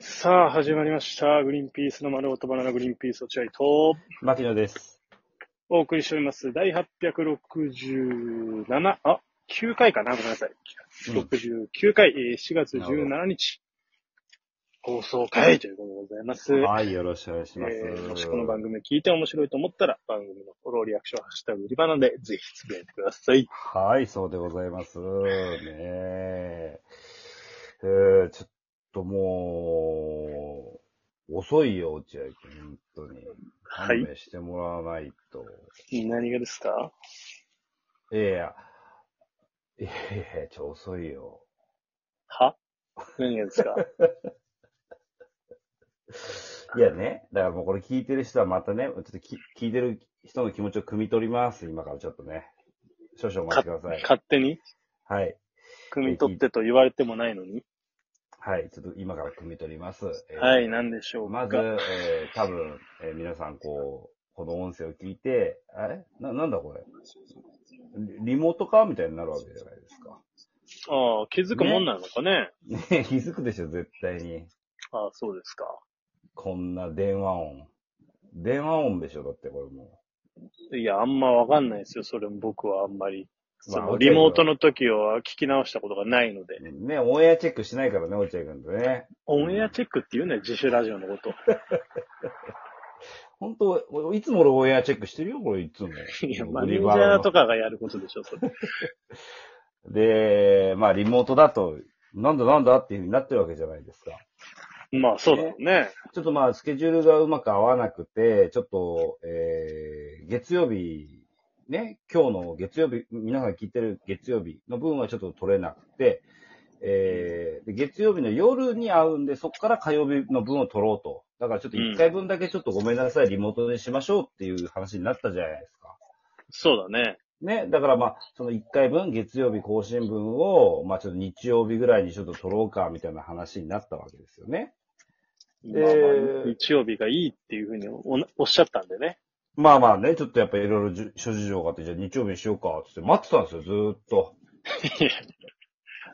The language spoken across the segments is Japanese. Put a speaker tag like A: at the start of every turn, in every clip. A: さあ、始まりました。グリーンピースの丸ごとバナナグリーンピース落合と
B: 牧野です。
A: お送りしております。第867、あ、9回かなごめんなさい。
B: うん
A: 69回、えー4月17日、放送回ということでございます。
B: はい、よろしくお願いします。
A: えーもしこの番組聞いて面白いと思ったら、番組のフォローリアクション、ハッシュタグ、売りバナでぜひつぶやいてください。
B: はい、そうでございます。ねえ。えー、ちょっともう、遅いよ、落合君。本当に。
A: はい
B: 勘弁してもらわないと。
A: 何がですか
B: いやいや、いやいや、ちょ、遅いよ。
A: は何がです か
B: いやね、だからもうこれ聞いてる人はまたね、ちょっとき聞いてる人の気持ちを汲み取ります。今からちょっとね。少々お待ちください。
A: 勝手に
B: はい。
A: 汲み取ってと言われてもないのに。
B: はい、ちょっと今から汲み取ります。えー
A: はい、何でしょうか。
B: まず、えー、多分、えー皆さん、こう、この音声を聞いて、あれな、なんだこれリリモートかみたいになるわけじゃないですか。
A: ああ、気づくもんなのかね。
B: ね気づくでしょ、絶対に。
A: ああ、そうですか。
B: こんな電話音。電話音でしょ、だってこれも
A: いや、あんまわかんないですよ。それも僕はあんまり。そ
B: まあ
A: のリモートの時は聞き直したことがないので。
B: う。ね、オンエアチェックしないからね、落合君とね。
A: オンエアチェックって言うね、自主ラジオのこと。
B: 本当おいつも俺オンエアチェックしてるよ、これいつも。
A: いや、マネージャーとかがやることでしょ、それ。
B: で、まあ、リモートだと、なんだなんだっていう風になってるわけじゃないですか。
A: まあ、そうだろうね。
B: ちょっとまあ、スケジュールがうまく合わなくて、ちょっと、えー、月曜日、ね、今日の月曜日、皆さん聞いてる月曜日の分はちょっと取れなくて、えー、で月曜日の夜に会うんで、そこから火曜日の分を取ろうと。だからちょっと1回分だけちょっとごめんなさい、リモートにしましょうっていう話になったじゃないですか。
A: そうだね。
B: ね、だからまあ、その1回分、月曜日更新分を、まあちょっと日曜日ぐらいにちょっと取ろうか、みたいな話になったわけですよね。
A: まあまあ、日曜日がいいっていうふうにおなおっしゃったんでね。
B: まあまあね、ちょっとやっぱいろいろじゅ諸事情があって、じゃあ日曜日にしようか、つって待ってたんですよ、ずーっと。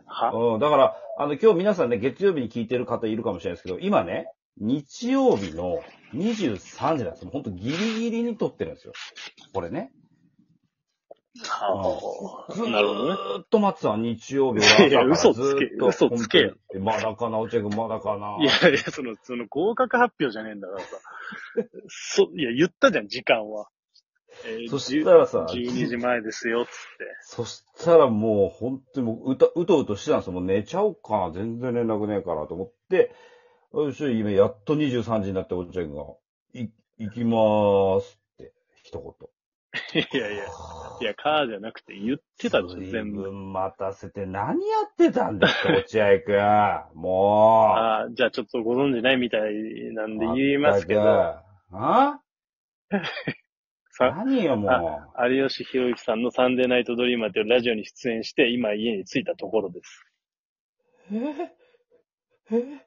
A: は
B: うん、だから、あの、今日皆さんね、月曜日に聞いてる方いるかもしれないですけど、今ね、日曜日の23時なんですよ。ほんとギリギリに撮ってるんですよ。これね。
A: は
B: ず
A: なるほどね。
B: ーっと待ってたの日曜日
A: いや
B: は
A: 嘘つけ嘘つけよ。
B: 本当にまだかな、落合君まだかな。
A: いやいや、その、その合格発表じゃねえんだからさ。そ、いや、言ったじゃん、時間は。え
B: そしたらさ、
A: 12時前ですよ、つって。
B: そしたらもう本当にもううた、うとうとしてたんですよ。もう寝ちゃおうかな。全然連絡ねえからと思って、よし、今やっと23時になっておっちゃんが、い、行きまーすって、一
A: いやいや、いや、カーじゃなくて言ってた
B: 言。
A: じゃん、全
B: 随
A: 部。
B: 分待たせて、何やってたんで すか、落合くん。も
A: ああ、じゃあちょっとご存知ないみたいなん
B: う。
A: で言いますけど、
B: あ
A: さ、
B: 何よ、もう。
A: 有吉弘行さんのサンデーナイトドリーマーというラジオに出演して、今家に着いたところです。
B: えーえー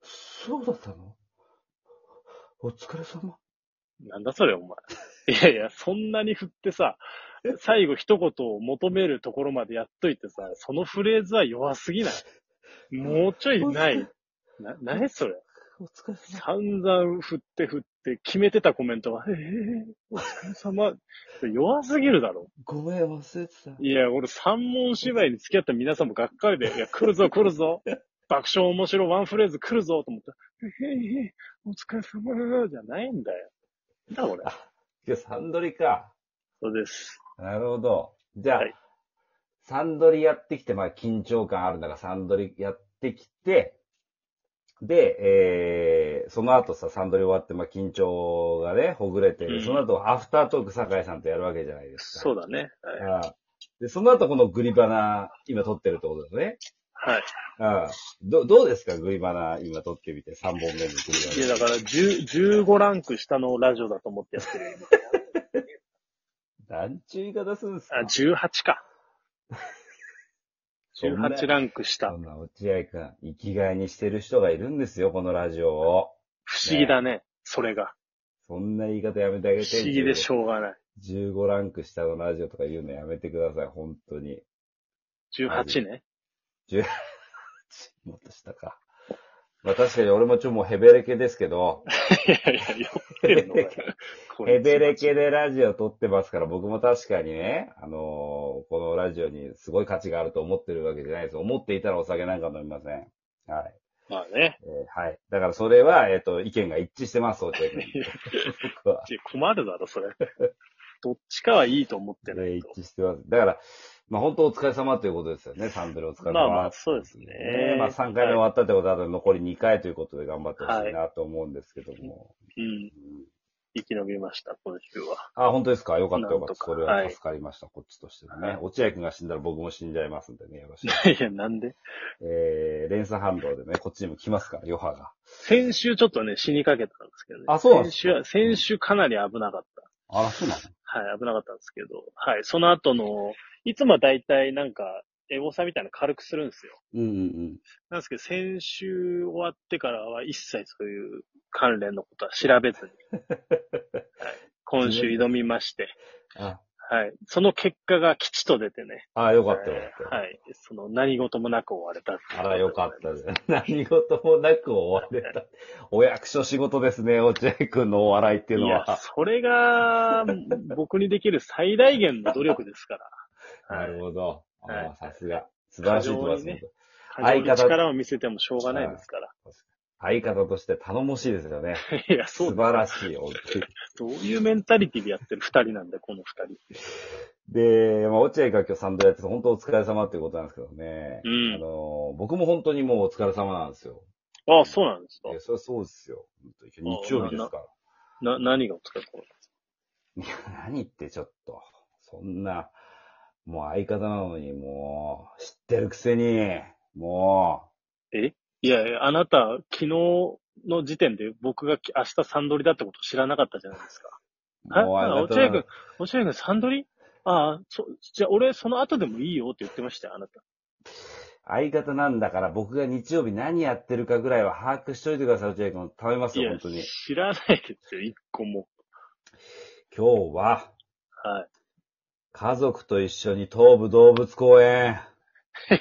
B: そ、そうだったのお疲れ様。
A: なんだそれ、お前。 いやいや、そんなに振ってさ、最後一言を求めるところまでやっといてさ、そのフレーズは弱すぎない。もうちょいない。な、なにそれ。
B: お疲れ様。
A: 散々振って振って、決めてたコメントは、ええお疲れ様。弱すぎるだろ。
B: ごめん、忘れてた。
A: いや、俺三問芝居に付き合った皆さんもがっかりで、いや、来るぞ来るぞ。爆笑面白ワンフレーズ来るぞと思った。ええええお疲れ様じゃないんだよ。なんだ俺。
B: 今日サンドリか。
A: そうです。
B: なるほど。じゃあ、
A: はい
B: サンドリやってきて、まあ緊張感あるならサンドリやってきて、で、えー、その後さ、サンドリ終わって、まあ緊張がね、ほぐれて、
A: うん
B: その後アフタートーク酒井さんとやるわけじゃないですか。
A: そうだね。はい
B: ああで、その後このグリバナ、今撮ってるってことですね。
A: はい。
B: ああどどうですかグリバナ、今撮ってみて、3本目のグリ
A: いや、
B: バナ。
A: だから10 15ランク下のラジオだと思ってやってる。
B: 何ちゅう言い方するんですか
A: あ、18か。
B: そんな
A: 18ランク下
B: そ。んな落合くん、生きがいにしてる人がいるんですよ、このラジオを。
A: 不思議だね。それが。
B: そんな言い方やめてあげ
A: 不
B: て。
A: 思議でしょうがない。
B: 15ランク下のラジオとか言うのやめてください、本当に。
A: 18ね。
B: もっと下か。まあ確かに俺もちょっともうヘベレケですけど、
A: いやいや、酔ってるのかよこれ
B: ヘベレケでラジオ撮ってますから、僕も確かにね、あのーこのラジオにすごい価値があると思ってるわけじゃないです。思っていたらお酒なんか飲みません。はい。
A: まあね。
B: えーはい。だからそれは、えっ、と、意見が一致してます、落 合君。僕は。
A: いや困るだろ、それ。 どっちかはいいと思ってな
B: で
A: い
B: 一
A: と。
B: 致してます。だから、まあ本当お疲れ様ということですよね、サンドルお疲れ様。
A: まあまあ、そうですね
B: ね。まあ3回目終わったってことは、あと残り2回ということで頑張ってほしいなと思うんですけども。
A: うん。生き延びました、今週は。
B: あ、本当ですかよかったよかっ
A: な
B: た。
A: んとか
B: それは助かりました、こっちとしても
A: は
B: ね
A: い。
B: 落合くんが死んだら僕も死んじゃいますんでね、よろしく。
A: いや、なんで
B: えー、連鎖反動でね、こっちにも来ますから、余波が。
A: 先週ちょっとね、死にかけたんですけどね。
B: あそうなんです
A: 先
B: か
A: 週は、先週かなり危なかっ
B: あら、そうなの
A: た。はい、危なかったんですけど。はい、その後の、いつもは大体なんか、エゴサみたいなの軽くするんですよ。
B: うんうん
A: なんですけど、先週終わってからは一切そういう関連のことは調べ ずに、はい、今週挑みまして、
B: うん。あ、
A: はい、その結果が吉と出てね、
B: あよか
A: は
B: ったよかった。
A: い、その何事もなく終われたっていう
B: あら、よかったです。何事もなく終われた。お役所仕事ですね、落合くんのお笑いっていう
A: い
B: のは
A: や、。それが、僕にできる最大限の努力ですから。
B: なるほど。あ
A: はい
B: あさすが。素晴らしいと思いま
A: 過
B: す、
A: 剰にね
B: 相
A: 過
B: 方
A: 剰に力を見せてもしょうがないですから。
B: 相方として頼もしいですよね。
A: いや、そ
B: 素
A: うだ。
B: 晴らしい。本当に
A: どういうメンタリティでやってる二人なんだよ、この二人。
B: で、まあ、落合が今日サンドやってて、本当お疲れ様っていうことなんですけどね。
A: うん
B: あの、僕も本当にもうお疲れ様なんですよ。
A: ああ、そうなんですか
B: い。や、そりゃそうですよ。本当に日曜日ですか
A: な、
B: ら。
A: 何がお疲れ様
B: いや、何言ってちょっと。そんな、もう相方なのに、もう、知ってるくせに、も
A: いやいや、あなた、昨日の時点で僕がき明日サンドリだってこと知らなかったじゃないですか。
B: う、
A: え
B: もう
A: あ落
B: な
A: 合君、落合君サンドリああ、そ、じゃあ俺その後でもいいよって言ってましたよ、あなた。
B: 相方なんだから、僕が日曜日何やってるかぐらいは把握しといてください、落合君。頼みます
A: い
B: よ、
A: や
B: 本当に。、
A: 知らないですよ、一個も。
B: 今日は、
A: は
B: 家族と一緒に東武動物公園、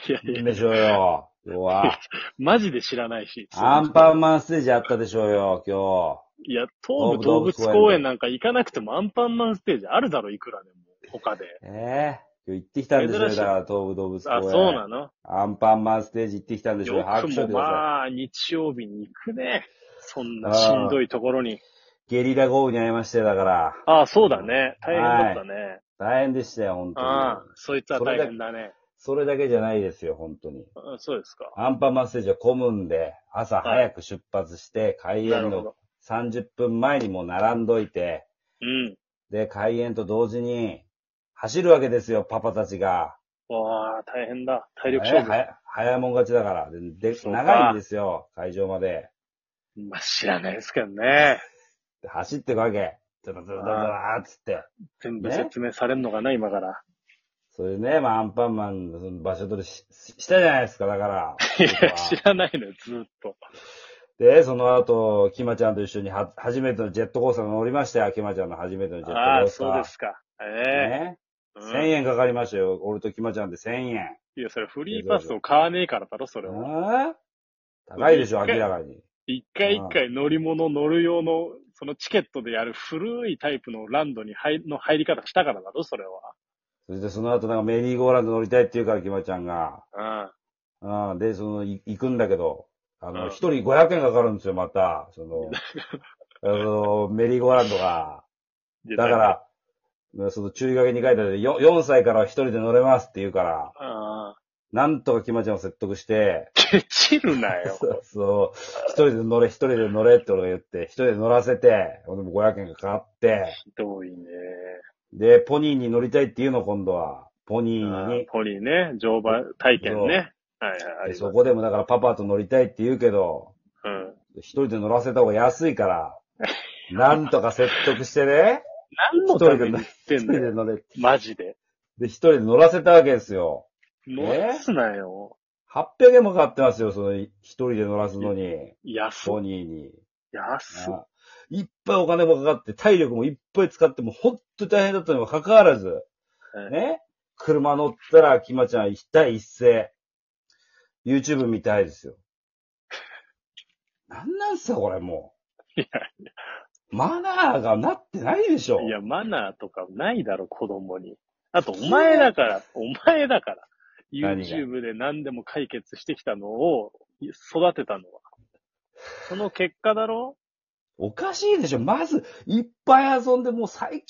A: い。いやい
B: いい
A: や
B: んでしょ うよ。今日は、
A: マジで知らないし。
B: アンパンマンステージあったでしょうよ、今
A: いや、東武動物公園なんか行かなくてもアンパンマンステージあるだろ、いくらでも。他で。
B: 日。ええ今日行ってきたんですよ、
A: 珍し
B: だ
A: い
B: から東武動物公園。
A: あ、そうなの
B: アンパンマンステージ行ってきたんでしょう
A: よ
B: よ。
A: く
B: 拍手
A: も
B: くださ
A: まあ、日曜日に行くね。そんなしんどいところに。
B: い。ゲリラ豪雨に遭いまして、だから。
A: ああ、そうだね。大変だったね。
B: 大変でしたよ、本当に。
A: ああ、そいつは大変だね。
B: それだけじゃないですよ、本当に。
A: あそうですか。
B: アンパンマンステージは混むんで、朝早く出発して、開
A: なる
B: 演
A: ほ
B: の
A: ど。
B: 30分前にもう並んどいて、
A: うん。
B: で、開演と同時に、走るわけですよ、パパたちが。
A: わあ、大変だ。体力
B: ね
A: 勝負。
B: 早早いもん勝ちだから。で、で
A: そうか
B: 長いんですよ、会場まで。
A: まあ、知らないですけどね。
B: で走ってくわけ。ドドドドドドーっつって。
A: 全部
B: ね
A: 説明されるのがな、今から。
B: それでね、まあ、アンパンマンのその場所取りしししたじゃないですか、だから。
A: いや、知らないのよ、ずーっと。
B: で、その後、キマちゃんと一緒には、初めてのジェットコースター乗りましたよ。キマちゃんの初めてのジェットコ
A: ああ、
B: ースター。
A: そうですか。え
B: ね。
A: え
B: 1000円かかりましたよ。俺とキマちゃんで1000円。
A: いや、それフリーパスを買わねえからだろ、それは。
B: うん高いでしょ、明らかに。
A: 一回一回乗り物乗る用の、そのチケットでやる古いタイプのランドに入の入り方したからだろ、それ
B: それでその後なんかメリーゴーランド乗りたいって言うから、キマちゃんが。
A: は。
B: うん。で、その、い行くんだけど、あ
A: う
B: の、
A: ん
B: 一、人500円かかるんですよ、また。そ の、あの、メリーゴーランドが。
A: うん。
B: だから、その注意書きに書いてあるよ4歳からは一人で乗れますって言うから、
A: ら、
B: なんとかキマちゃんを説得して、
A: ケチるなよ。
B: そうそう。一人で乗れ、一人で乗れって俺が言って、一人で乗らせて、俺も500円がかかって、
A: ひどいね。
B: で、ポニーに乗りたいって言うの、今度は。ポニー
A: あ
B: に
A: ー。ポニーね、乗馬体験ね。はいはい、あり
B: で
A: ます
B: そこでもだからパパと乗りたいって言うけど、
A: うん。
B: 一人で乗らせた方が安 いから、なんとか説得してね、
A: 何のために言って
B: 一
A: ん
B: 人
A: だ
B: で
A: よ。
B: 乗れ。
A: マジで。
B: で、一人で乗らせたわけですよ。
A: 乗らすなよ。
B: 800円もかかってますよ、その、一人で乗らすのに、
A: 安
B: ポ。ニーに。
A: 安。
B: あいっぱいお金もかかって、体力もいっぱい使って、もうほんと大変だったにもかかわらず、
A: はい
B: ね、車乗ったら、きまちゃん一対一斉、YouTube 見たいですよ。なんなんすか、これも
A: いや
B: う。マナーがなってないでしょ。
A: いや、マナーとかないだろ、子供に。あと、お前だから、お前だから。
B: 何が
A: YouTube で何でも解決してきたのを育てたのは。その結果だろ
B: おかしいでしょ。まず、いっぱい遊んで、もう最、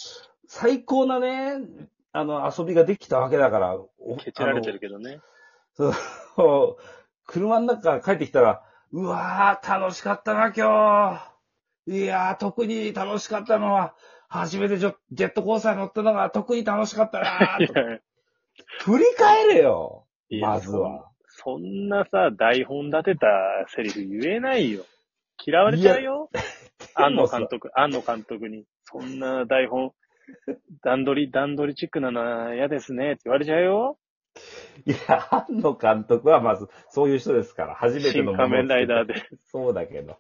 B: 最高なね、あの、遊びができたわけだから。お
A: ケチられてるけどね。
B: あの 車の中から帰ってきたら、うわー、楽しかったな、今日。いやー、特に楽しかったのは、初めてジョジェットコースターに乗ったのが特に楽しかったな ー
A: い
B: と。
A: や、
B: 振り返れよ、
A: いや
B: まずは。
A: そんなさ、台本立てたセリフ言えないよ。嫌われちゃうよ。 安野監督、安野監督に。そんな台本、段取り、段取りチックなのは嫌ですねって言われちゃうよ。
B: いや、庵野監督はまず、そういう人ですから、初めて
A: 新
B: のものを
A: 仮面ライダーで。
B: そうだけど。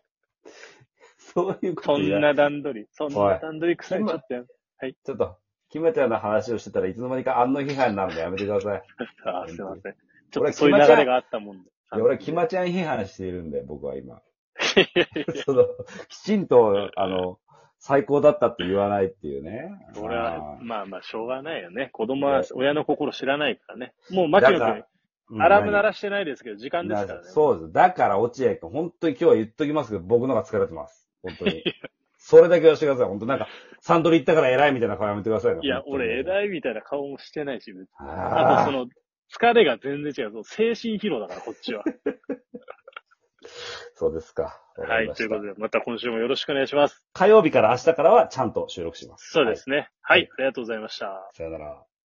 B: そういうこと
A: そん
B: 言わ
A: な段取り、そん
B: おい
A: な段取り臭いちょっとやめ
B: ちょっと、キムちゃんの話をしてたらいつの間にか安野批判になるのやめてください。
A: あすいません。ちょっ
B: 俺
A: とそういう流れがあったもんで。
B: いや俺はキマちゃん批判しているんで、僕は今。
A: いやいやい
B: その、きちんと、あの、最高だったって言わないっていうね。
A: や俺は、
B: あー
A: まあまあ、しょうがないよね。子供は親の心知らないからね。もう、牧野
B: だから
A: 君、アラーム鳴
B: な
A: らしてないですけど、時間ですからね。
B: そうです。だから、落合君、本当に今日は言っときますけど、僕の方が疲れてます。本当に。それだけはしてください。本当なんか、サンドリ行ったから偉いみたいな顔やめてくださいね。
A: いや、俺、
B: い。
A: 偉いみたいな顔もしてないし、別にあと、
B: あ
A: そ
B: ー
A: の、疲れが全然違う。そう精神疲労だから、こっちは。
B: そうですか。わか
A: は
B: り
A: い。
B: ま
A: とい
B: し
A: う
B: た
A: ことで、また今週もよろしくお願いします。
B: 火曜日から明日からはちゃんと収録します。
A: そうですね。
B: は
A: はいい。ありがとうございました。
B: さよなら。